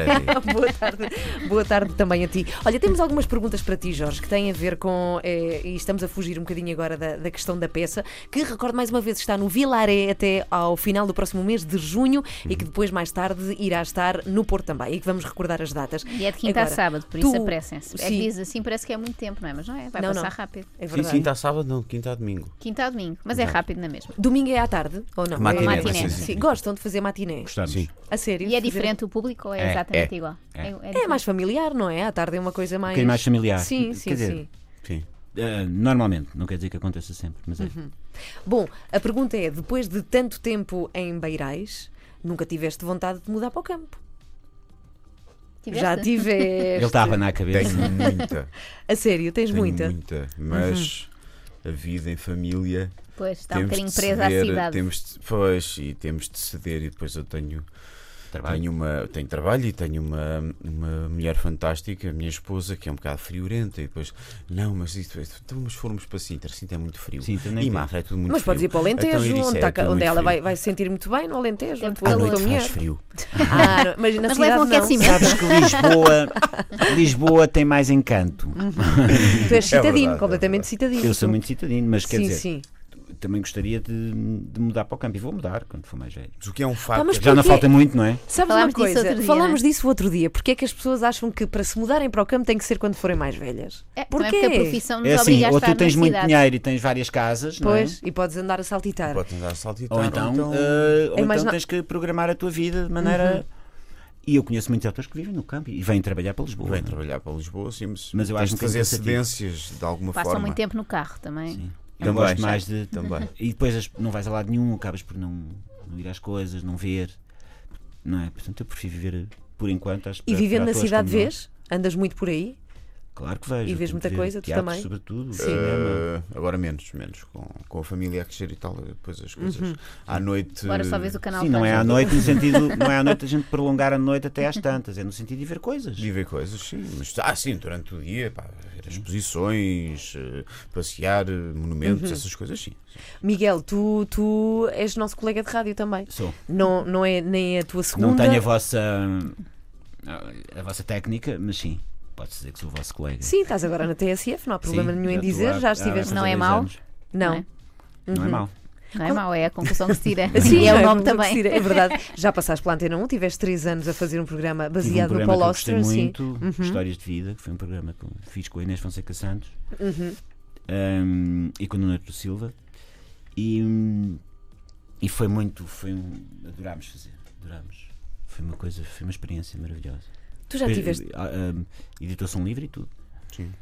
<laughs> É Boa tarde, Freddy. Boa tarde, boa tarde também a ti. Olha, temos algumas perguntas para ti, Jorge, que têm a ver com. eh, e estamos a fugir um bocadinho agora da, da questão da peça, que recordo mais uma vez está no Vilaré até ao final do próximo mês de junho e Uhum. que depois, mais tarde, irá estar no Porto também. E que vamos recordar as datas. E é de quinta Agora, a sábado, por tu- isso apressem-se. É Sim. que diz assim, parece que é muito tempo, não é? Mas não é, vai Não, passar não. rápido. É Sim, verdade. sim, está sábado, não, quinta a domingo. Quinta a domingo, mas é rápido na mesma. Domingo é à tarde, ou não? Matiné, É- vai Matiné. ser, Sim, sim. Gostam de fazer matiné? Gostamos. Um Sim. A sério? E é Fazer- diferente o público ou é, É, exatamente é, igual? é. É diferente. mais familiar, não é? À tarde é uma coisa mais. Um bocadinho mais familiar. Sim, Quer sim, dizer, sim. Sim. Ah, normalmente, não quer dizer que aconteça sempre, mas é. Bom, a pergunta é: depois de tanto tempo em Beirais, nunca tiveste vontade de mudar para o campo? Tiveste? Já Ele tiveste. estava na cabeça. Tenho muita. A sério, tens tá- tenho muita. mas a vida em família Pois, está um temos bocadinho de presa à ceder, cidade. Temos de, pois, e temos de ceder, e depois eu tenho, Trabalho. tenho, uma, tenho trabalho e tenho uma, uma mulher fantástica, a minha esposa, que é um bocado friorenta, e depois, não, mas isto, isto- então, mas formos para Sintra, Sintra é muito frio. Sintra nem e tem. Mafra é tudo muito Mas frio. podes ir para o Então, Alentejo, eu disse, onde, é tá- tudo onde muito ela frio. vai, vai se sentir muito bem, no Alentejo, Tem onde É muito a À tua noite faz mulher. frio. Ah, não, mas na Mas cidade leva um não. aquecimento. Sabes que Lisboa, Lisboa tem mais encanto. Tu és É citadino, verdade, é completamente verdade. citadino. Eu sou muito citadino, mas quer Sim, dizer, sim. também gostaria de, de mudar para o campo e vou mudar quando for mais velho. Mas o que é um Pá, facto Tá, mas é que Já não Porquê? falta muito, não é? Sabes Falámos uma disso coisa? outro dia, Falámos não disso outro dia. Porque é que as pessoas acham que para se mudarem para o campo tem que ser quando forem mais velhas? É, também Porquê? porque a profissão nos É assim, obriga a ou estar tu tens na muito cidade. dinheiro e tens várias casas, não é? Pois, e podes andar a saltitar. Pode andar a saltitar. Ou então, ah, ou É mais então na- tens que programar a tua vida de maneira. E eu conheço muitos atores que vivem no campo e vêm trabalhar para Lisboa. Vem não é? trabalhar para Lisboa, sim, mas, Mas eu tens acho um de fazer bocadinho cansativo. cedências de alguma um Passam forma. muito tempo no carro também. Eu Também. gosto mais de. Também. <laughs> E depois as- não vais a lado nenhum, acabas por não, não ir às coisas, não ver. Não é? Portanto, eu prefiro viver por enquanto. Acho, E vivendo na cidade, vês? Andas muito por aí? Claro que vejo. E vês tenho muita que ver coisa, tu teatro, também? sobretudo. Sim. cinema. Eh, agora menos, menos, com, com a família a crescer e tal, depois as coisas. Uhum. À noite. Agora só vês o canal Sim, não é à Trans. noite no sentido, não é à noite a gente prolongar a noite até às tantas, é no sentido de ver coisas. Vivem coisas, sim, mas ah, sim, durante o dia, pá, ver exposições, eh, passear, eh, monumentos, essas coisas, sim. Miguel, tu, tu és nosso colega de rádio também. Sou. Não, não é nem a tua segunda. Não tenho a vossa a vossa técnica, mas sim, pode dizer que sou o vosso colega. Sim, estás agora na TSF, não há problema Sim, nenhum em já estou dizer, há- já há estiveste. Uhum. fazer Não é dois mau? anos. Não. não Não é mau. Não é mau, é a conclusão que se tira. Sim, e é já o nome muito que se também. tira, É verdade. <laughs> Já passaste pela Antena 1, tiveste três anos a fazer um programa Tive baseado um no programa Paulo que eu gostei Austro. Sim. Uhum. muito, Histórias de Vida, que foi um programa que eu fiz com a Inês Fonseca Santos Uhum. um, e com o Nuno Artur Silva. E, hum, e foi muito, foi um, adorámos fazer, adorámos. Foi uma coisa, foi uma experiência maravilhosa. Tu já Depois, tiveste. ah, hum, Editou-se um livro e tudo.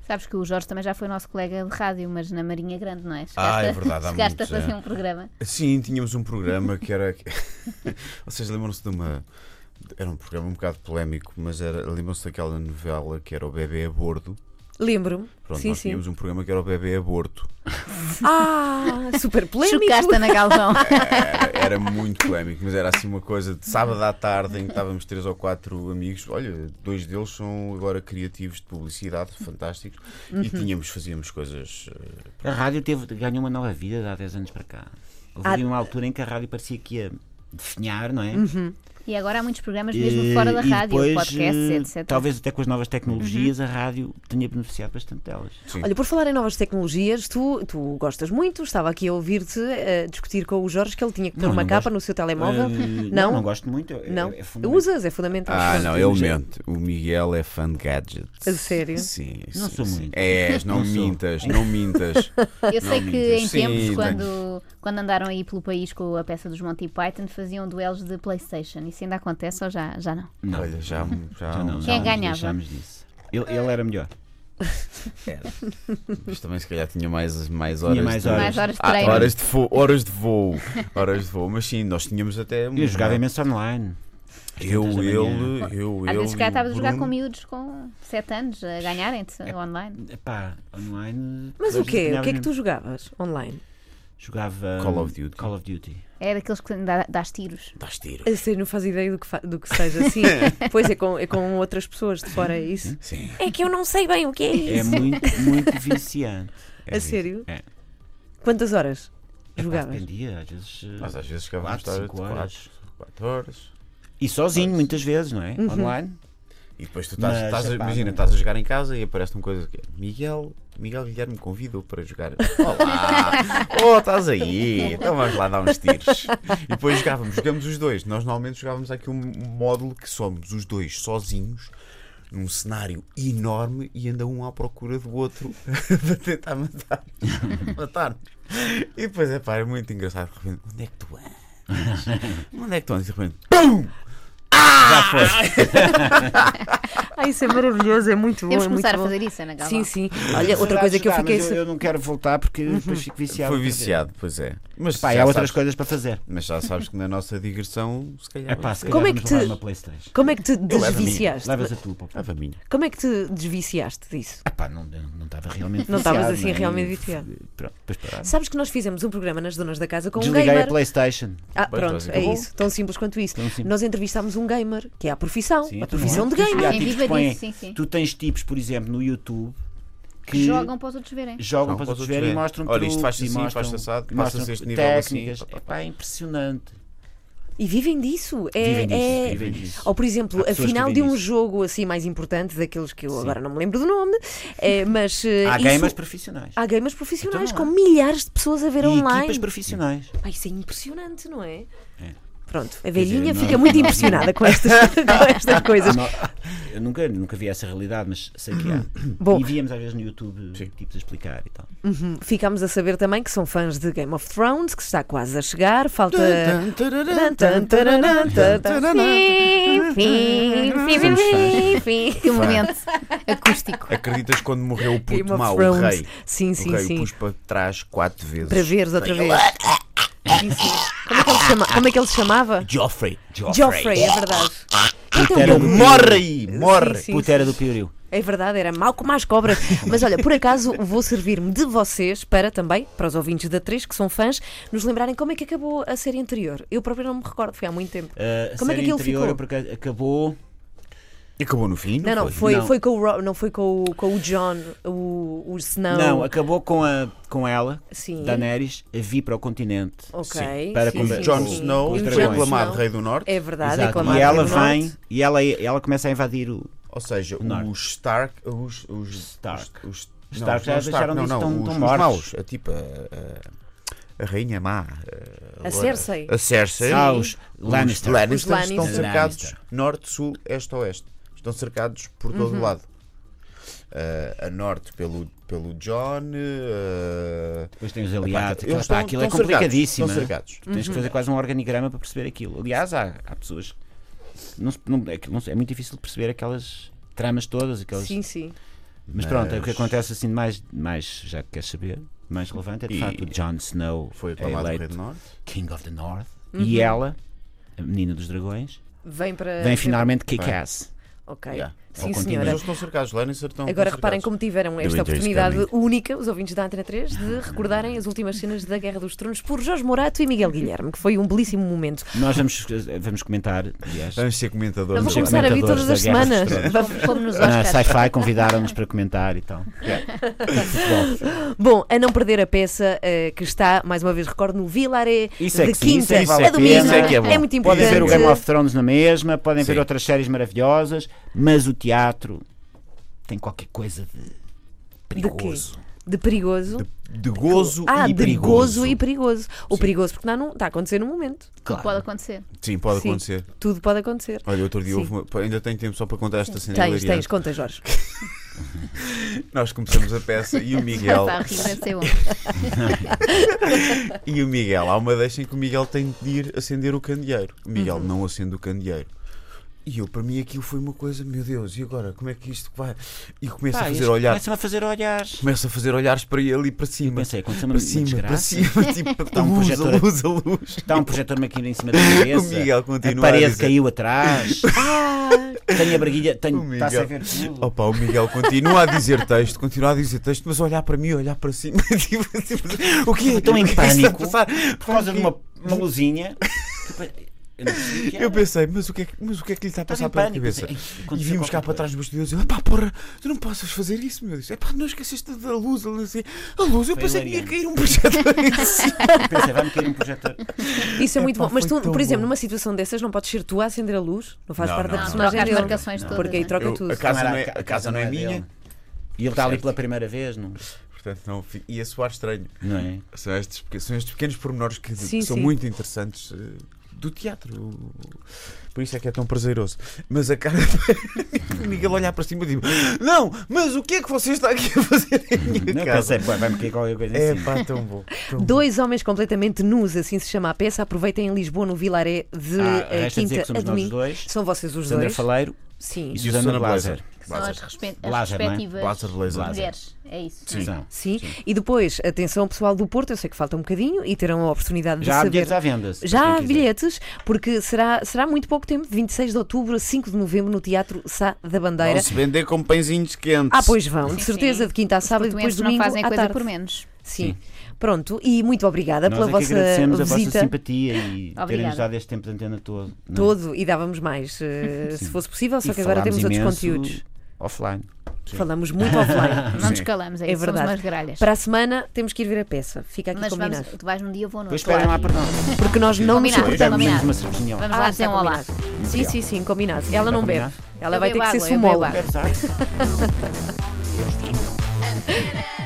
Sabes que o Jorge também já foi nosso colega de rádio, mas na Marinha Grande, não é? Ah, é Chegaste a- verdade, há Chegaste a muitos, fazer é. um programa. Sim, tínhamos um programa que <laughs> era. Vocês lembram-se de uma. Era um programa um bocado polémico, mas era... lembram-se daquela novela que era o Bebê a Bordo. eh, Lembro-me. Pronto, Sim, nós sim. tínhamos um programa que era o Bebê Aborto. <laughs> Ah, super polémico. Chocaste na Galvão. <laughs> Era, era muito polémico, mas era assim uma coisa de sábado à tarde em que estávamos três ou quatro amigos. Olha, dois deles são agora criativos de publicidade, fantásticos. Uhum. E tínhamos, fazíamos coisas. eh, A rádio teve, ganhou uma nova vida de há 10 anos para cá. Houve Há- ali uma altura em que a rádio parecia que ia definhar, não é? Uhum. E agora há muitos programas Eh, mesmo fora da e rádio, depois, eh, podcasts, etc. Talvez até com as novas Uhum. tecnologias a rádio tenha beneficiado bastante delas. sim. Olha, por falar em novas tecnologias, tu, tu gostas muito, estava aqui a ouvir-te eh, discutir com o Jorge que ele tinha que pôr Não, uma não capa gosto. no seu telemóvel. Eh, não? não? não, gosto muito. é- Não? é fundamental. Usas, é fundamental. Ah, não, ele Mas é- mente. O Miguel é fã de gadgets. A sério? Sim, Não sim, sou sim. É, muito. És, não, Não sou. mintas, não mintas. Eu sei Não, que em sim, tempos, tem. quando, quando andaram aí pelo país com a peça dos Monty Python, faziam duelos de Playstation. Isso ainda acontece ou já, já não? <laughs> Não, Olha, já, já, já não. já- já nos ganhava? deixámos disso. Ele, Ah. ele era melhor. Mas também se calhar tinha mais, mais horas mais de... horas. Mais horas de Ah, treino. horas de voo, horas de voo, horas de voo, mas sim, nós tínhamos até Eu jogava imenso online. Às Eu, tantas da ele, manhã. eu, Às ele. vezes, se calhar, e o estavas a jogar Bruno. com É. miúdos com 7 anos, a ganharem-te online. Epá, online. Mas eu o quê? O que é que apanhava- tu jogavas online? Jogava. Call of Duty. Call of <laughs> Duty. É daqueles que dá- dás tiros. Dás tiro. A sério, não faz ideia do que, fa- do que seja <laughs> assim. pois é com, é com outras pessoas de fora, é isso? Uhum. Sim. É que eu não sei bem o que é É isso. muito, muito viciante. a sério? É. Quantas horas Epá, jogavas? Dependia, às vezes. eh, Mas às vezes acabamos Quatro, tarde cinco de horas. 4 horas. Uhum. E sozinho, muitas vezes, não é? Online. E depois tu estás, Mas, estás a- epá, imagina, não- estás a jogar em casa e aparece uma coisa que é Miguel, Miguel Guilherme convida-o para jogar. <laughs> Olá! Oh, estás aí! Então vamos lá dar uns tiros. E depois jogávamos, jogamos os dois. Nós normalmente jogávamos aqui um módulo que somos os dois sozinhos. Num cenário enorme e anda um à procura do outro <laughs> para tentar matar. matar E depois é pá, é muito engraçado. De repente, onde é que tu <laughs> andas? Onde é que tu andas? E de repente, PUM! Já foste. Ah, isso é maravilhoso, é muito bom. Temos é que muito começar a bom. fazer isso, então, Ana Sim, Galvão. sim. Olha, outra coisa que eu Ah, mas fiquei. Uhum. Eu, eu não quero voltar porque depois fico viciado. Foi outra vez. viciado, pois é. Mas Pá, e já há outras sabes- coisas para fazer. Mas já sabes que na nossa digressão, se calhar. É pá, se Como calhar é que vamos te- levar uma Playstation. Como é que te levo a minha, desviciaste? Levas a tua, pá. Estava minha. Como é que te desviciaste disso? Ah pá, não não estava realmente Não estavas viciado, assim é? realmente E- viciado. Pronto, depois parar. Sabes que nós fizemos um programa nas Donas da Casa com um Desliguei gamer. a Playstation. Ah, Pois, pronto, pois, é acabou. isso. Tão simples quanto isso. Tão simples. Nós entrevistámos um gamer, que é a profissão, Sim, a então profissão não de há- gamer. e há Quem tipos viva que põem- disso, sim, sim. Tu tens tipos, por exemplo, no YouTube que Jogam para os outros verem. jogam para Jogam os outros para os verem e outros mostram verem. Olha, isto truques faz-se e assim, mostram- faz-se assado, e passa-se mostram este nível assim, técnicas. pá, pá, É pá. pá, é impressionante. E vivem disso. É, Vivem disso, é- vivem disso. Ou, por exemplo, Há a pessoas que final de vivem um disso. jogo assim mais importante, daqueles que eu agora não me lembro do nome, <laughs> é, mas. eh, Há isso- gamers profissionais. Há gamers profissionais Então com não há. milhares de pessoas a ver e equipas online. profissionais. Pá, isso é impressionante, não é? É. Pronto, a velhinha dizer, não- fica muito impressionada com <laughs> estas, com estas coisas. Não, eu nunca, nunca vi essa realidade, mas sei que há. Uhum. Bom. Uhum. e víamos às vezes no YouTube tipos a explicar e tal. Ficámos a saber também que são fãs de Game of Thrones, que está quase a chegar. Falta. um Que momento acústico. Acreditas quando morreu o Game puto of mau, o Thrones. rei? Sim, sim, o rei sim. pus para trás quatro vezes. Para veres outra vez. Sim, sim. Como é que ele se, chama- como é que ele se chamava? Joffrey. Joffrey, é verdade. Então, Era um- Morre aí, morre! Sim, sim. Puta era do Pioril. É verdade, era mau como as cobras. Mas olha, por acaso vou servir-me de vocês para também, para os ouvintes da 3 que são fãs, nos lembrarem como é que acabou a série anterior. Eu próprio não me recordo, foi há muito tempo. Uh, a Como é que série aquilo anterior, ficou? eu por acaso, acabou. E acabou no fim? Não, não, foi, Não. foi com o Ro- não foi com o, com o John, o, o Snow. Não, acabou com, a, com ela, Sim. Daenerys, a vir para o continente. Ok. Sim, para sim, O combater. sim, Jon sim. Snow E o Os foi Jon dragões. aclamado Snow. rei do norte. É verdade, Exato. aclamado E ela pelo norte. vem e ela, ela começa a invadir o. Ou seja, norte. os Stark. Os, os Stark. Os, os Os Stark os já não deixaram não, disso, não, estão- os, estão os mortos. maus. A tipo. A, a, a rainha má. eh, A Cersei. A Cersei. Ah, os Os Lannister. Os Lannister Lannister. estão cercados Lannister. norte, sul, este, oeste. Estão cercados por todo Uhum. o lado. Ah, a norte pelo, pelo John. ah, Depois tem os epá, aliados. eles Aquilo, estão- pá, aquilo é estão cercados, complicadíssimo. Estão hein? cercados. Tu Tens que Uhum. fazer quase um organigrama para perceber aquilo. Aliás, há, há pessoas. Não, se- não- é, que não se- é muito difícil perceber aquelas tramas todas. Aquelas, Sim, sim. Mas pronto, é o que acontece assim de mais, mais, já que queres saber, mais relevante é de E- facto o Jon Snow Foi é aclamado o rei eleito do norte. King of the North Uhum. e ela, a menina dos dragões, Vem para. vem finalmente kick Vem. ass. Ok. Yeah. Sim, Ao Mas senhora. continente. eles estão cercados. Lannister estão Agora estão reparem cercados. como tiveram esta winter is oportunidade única, os ouvintes da Antena 3, de recordarem as últimas cenas da Guerra dos Tronos por Jorge Morato e Miguel Guilherme, que foi um belíssimo momento. Nós vamos, vamos comentar, aliás. Vamos ser comentadores. Eu vou Vamos ser começar a vir um comentadores todas as da Guerra dos semanas. Tronos. Vamos- <laughs> Como <laughs> nos Na Oscars. Sci-Fi convidaram-nos para comentar então. É. e <laughs> tal. Bom, a não perder a peça eh, que está, mais uma vez, recordo, no Vilaré Isso é de que sim, isso quinta é que vale a a domingo. pena. Isso é que é bom. muito importante. Podem ver o Sim. Game of Thrones na mesma, podem ver Sim. outras séries maravilhosas, mas o teatro tem qualquer coisa de De quê? perigoso. De perigoso. De gozo ah, e de perigo. gozo e perigoso. O perigoso porque não, não está a acontecer no momento. Claro. Pode acontecer. Sim, pode Sim. acontecer. Tudo pode acontecer. Olha, outro dia Sim. houve uma... pá, ainda tenho tempo só para contar esta cena Tens, hilariante. tens, conta, Jorge. Nós começamos a peça <laughs> e o Miguel Está a rir, deve ser bom. e o Miguel, há uma deixa em que o Miguel tem de ir acender o candeeiro. O Uhum. Miguel não acende o candeeiro. E eu, para mim, aquilo foi uma coisa, meu Deus, e agora? Como é que isto vai? E começo Pá, a eles fazer olhar, Começam a fazer olhares. começo a fazer olhares para ele e para cima. Pensei, aconteceu uma, para uma cima, para desgraça. cima, <laughs> tipo, a um luz, a projetor a- luz, a luz. Está um projetor aqui em cima da cabeça. <laughs> O Miguel a continua a parede dizer. caiu <laughs> atrás. Ah! tenho a barguilha, O tenho, Miguel. Oh, está a Tá ver tudo. Opa, o Miguel continua a dizer texto, continua a dizer texto, mas a olhar para mim, a olhar para cima. <laughs> tipo, tipo, o que é? Estou em O que é que está a pânico. passar? Por causa de uma, uma luzinha. Tipo, Eu não percebi o que era. Eu pensei, mas o que é que, mas o que, é que lhe está a Estava passar em pela pânico, cabeça? pensei, "Ei, E aconteceu vimos qualquer cá para coisa." trás do estúdio e dizia, pá, porra, tu não possas fazer isso, meu. Eu disse, pá, não esqueceste da luz, ali assim. A luz, eu Foi pensei que ia hilariante. cair um projeto Pensei, vai-me cair um projetor. Isso é Epá, muito bom. Mas foi tu, tão por exemplo, bom. numa situação dessas, não podes ser tu a acender a luz, não faz Não, parte não, da não. personagem Troca as dele. marcações todas, Porque aí né? troca Eu- tudo. a casa era não é- ca- a casa não é minha. dele. E ele está ali Certo. pela primeira vez, não, Portanto, não, fi- ia soar estranho. não é? São estes, peque- são estes pequenos pormenores que, que Sim, são sim. muito interessantes eh, do teatro. O- o- Por isso é que é tão prazeroso. Mas a cara. do <laughs> Miguel olhar para cima e digo: Não, mas o que é que você está aqui a fazer em minha Não, pensei, casa? pá, vai-me cair qualquer coisa É assim. pá, tão bom. tão bom. Dois homens completamente nus, assim se chama a peça. Aproveitem em Lisboa, no Vilaré de Ah, eh, resta quinta dizer que a somos nós os domingo. dois. São vocês os Sandra dois. Faleiro Sim. e E Susana Susana Blaser. Blazer. Que são as, respe- as Blazer, não é? respectivas Blazer Laser. mulheres. É isso. não é? São. Sim. e depois, atenção pessoal do Porto, eu sei que falta um bocadinho e terão a oportunidade Já há de bilhetes saber. à venda. se Já há quem quiser. bilhetes, porque será, será muito pouco tempo, de 26 de outubro a 5 de novembro, no Teatro Sá da Bandeira. Não se vender com pãezinhos quentes. Ah, pois vão, de Sim, certeza, sim. de quinta a Os sábado e depois portuenses domingo não fazem à coisa tarde. por menos. Sim. Pronto, e muito obrigada Nós pela é que vossa agradecemos a vossa visita. simpatia e terem-nos Obrigada. dado este tempo de antena todo. não é? Todo, e dávamos mais, <laughs> eh, se fosse possível, só E que agora falámos temos outros imenso conteúdos. Offline. Falamos muito <laughs> offline. Não nos calamos, é, É isso, somos verdade. umas gralhas. Para a semana temos que ir ver a peça. Fica aqui Mas combinado. vamos, tu vais num dia, eu vou no Depois outro. esperem lá para nós. Porque nós não nos Combinado, suportamos. combinado. Temos uma cervejinha lá. Vamos lá Ah, dizer está um olá. combinado. Sim, sim, sim, combinado. Ela não bebe. Tá combinado. Ela Eu vai ter bebo que ser água, eu bebo sumóloga. água. Apesar. Antena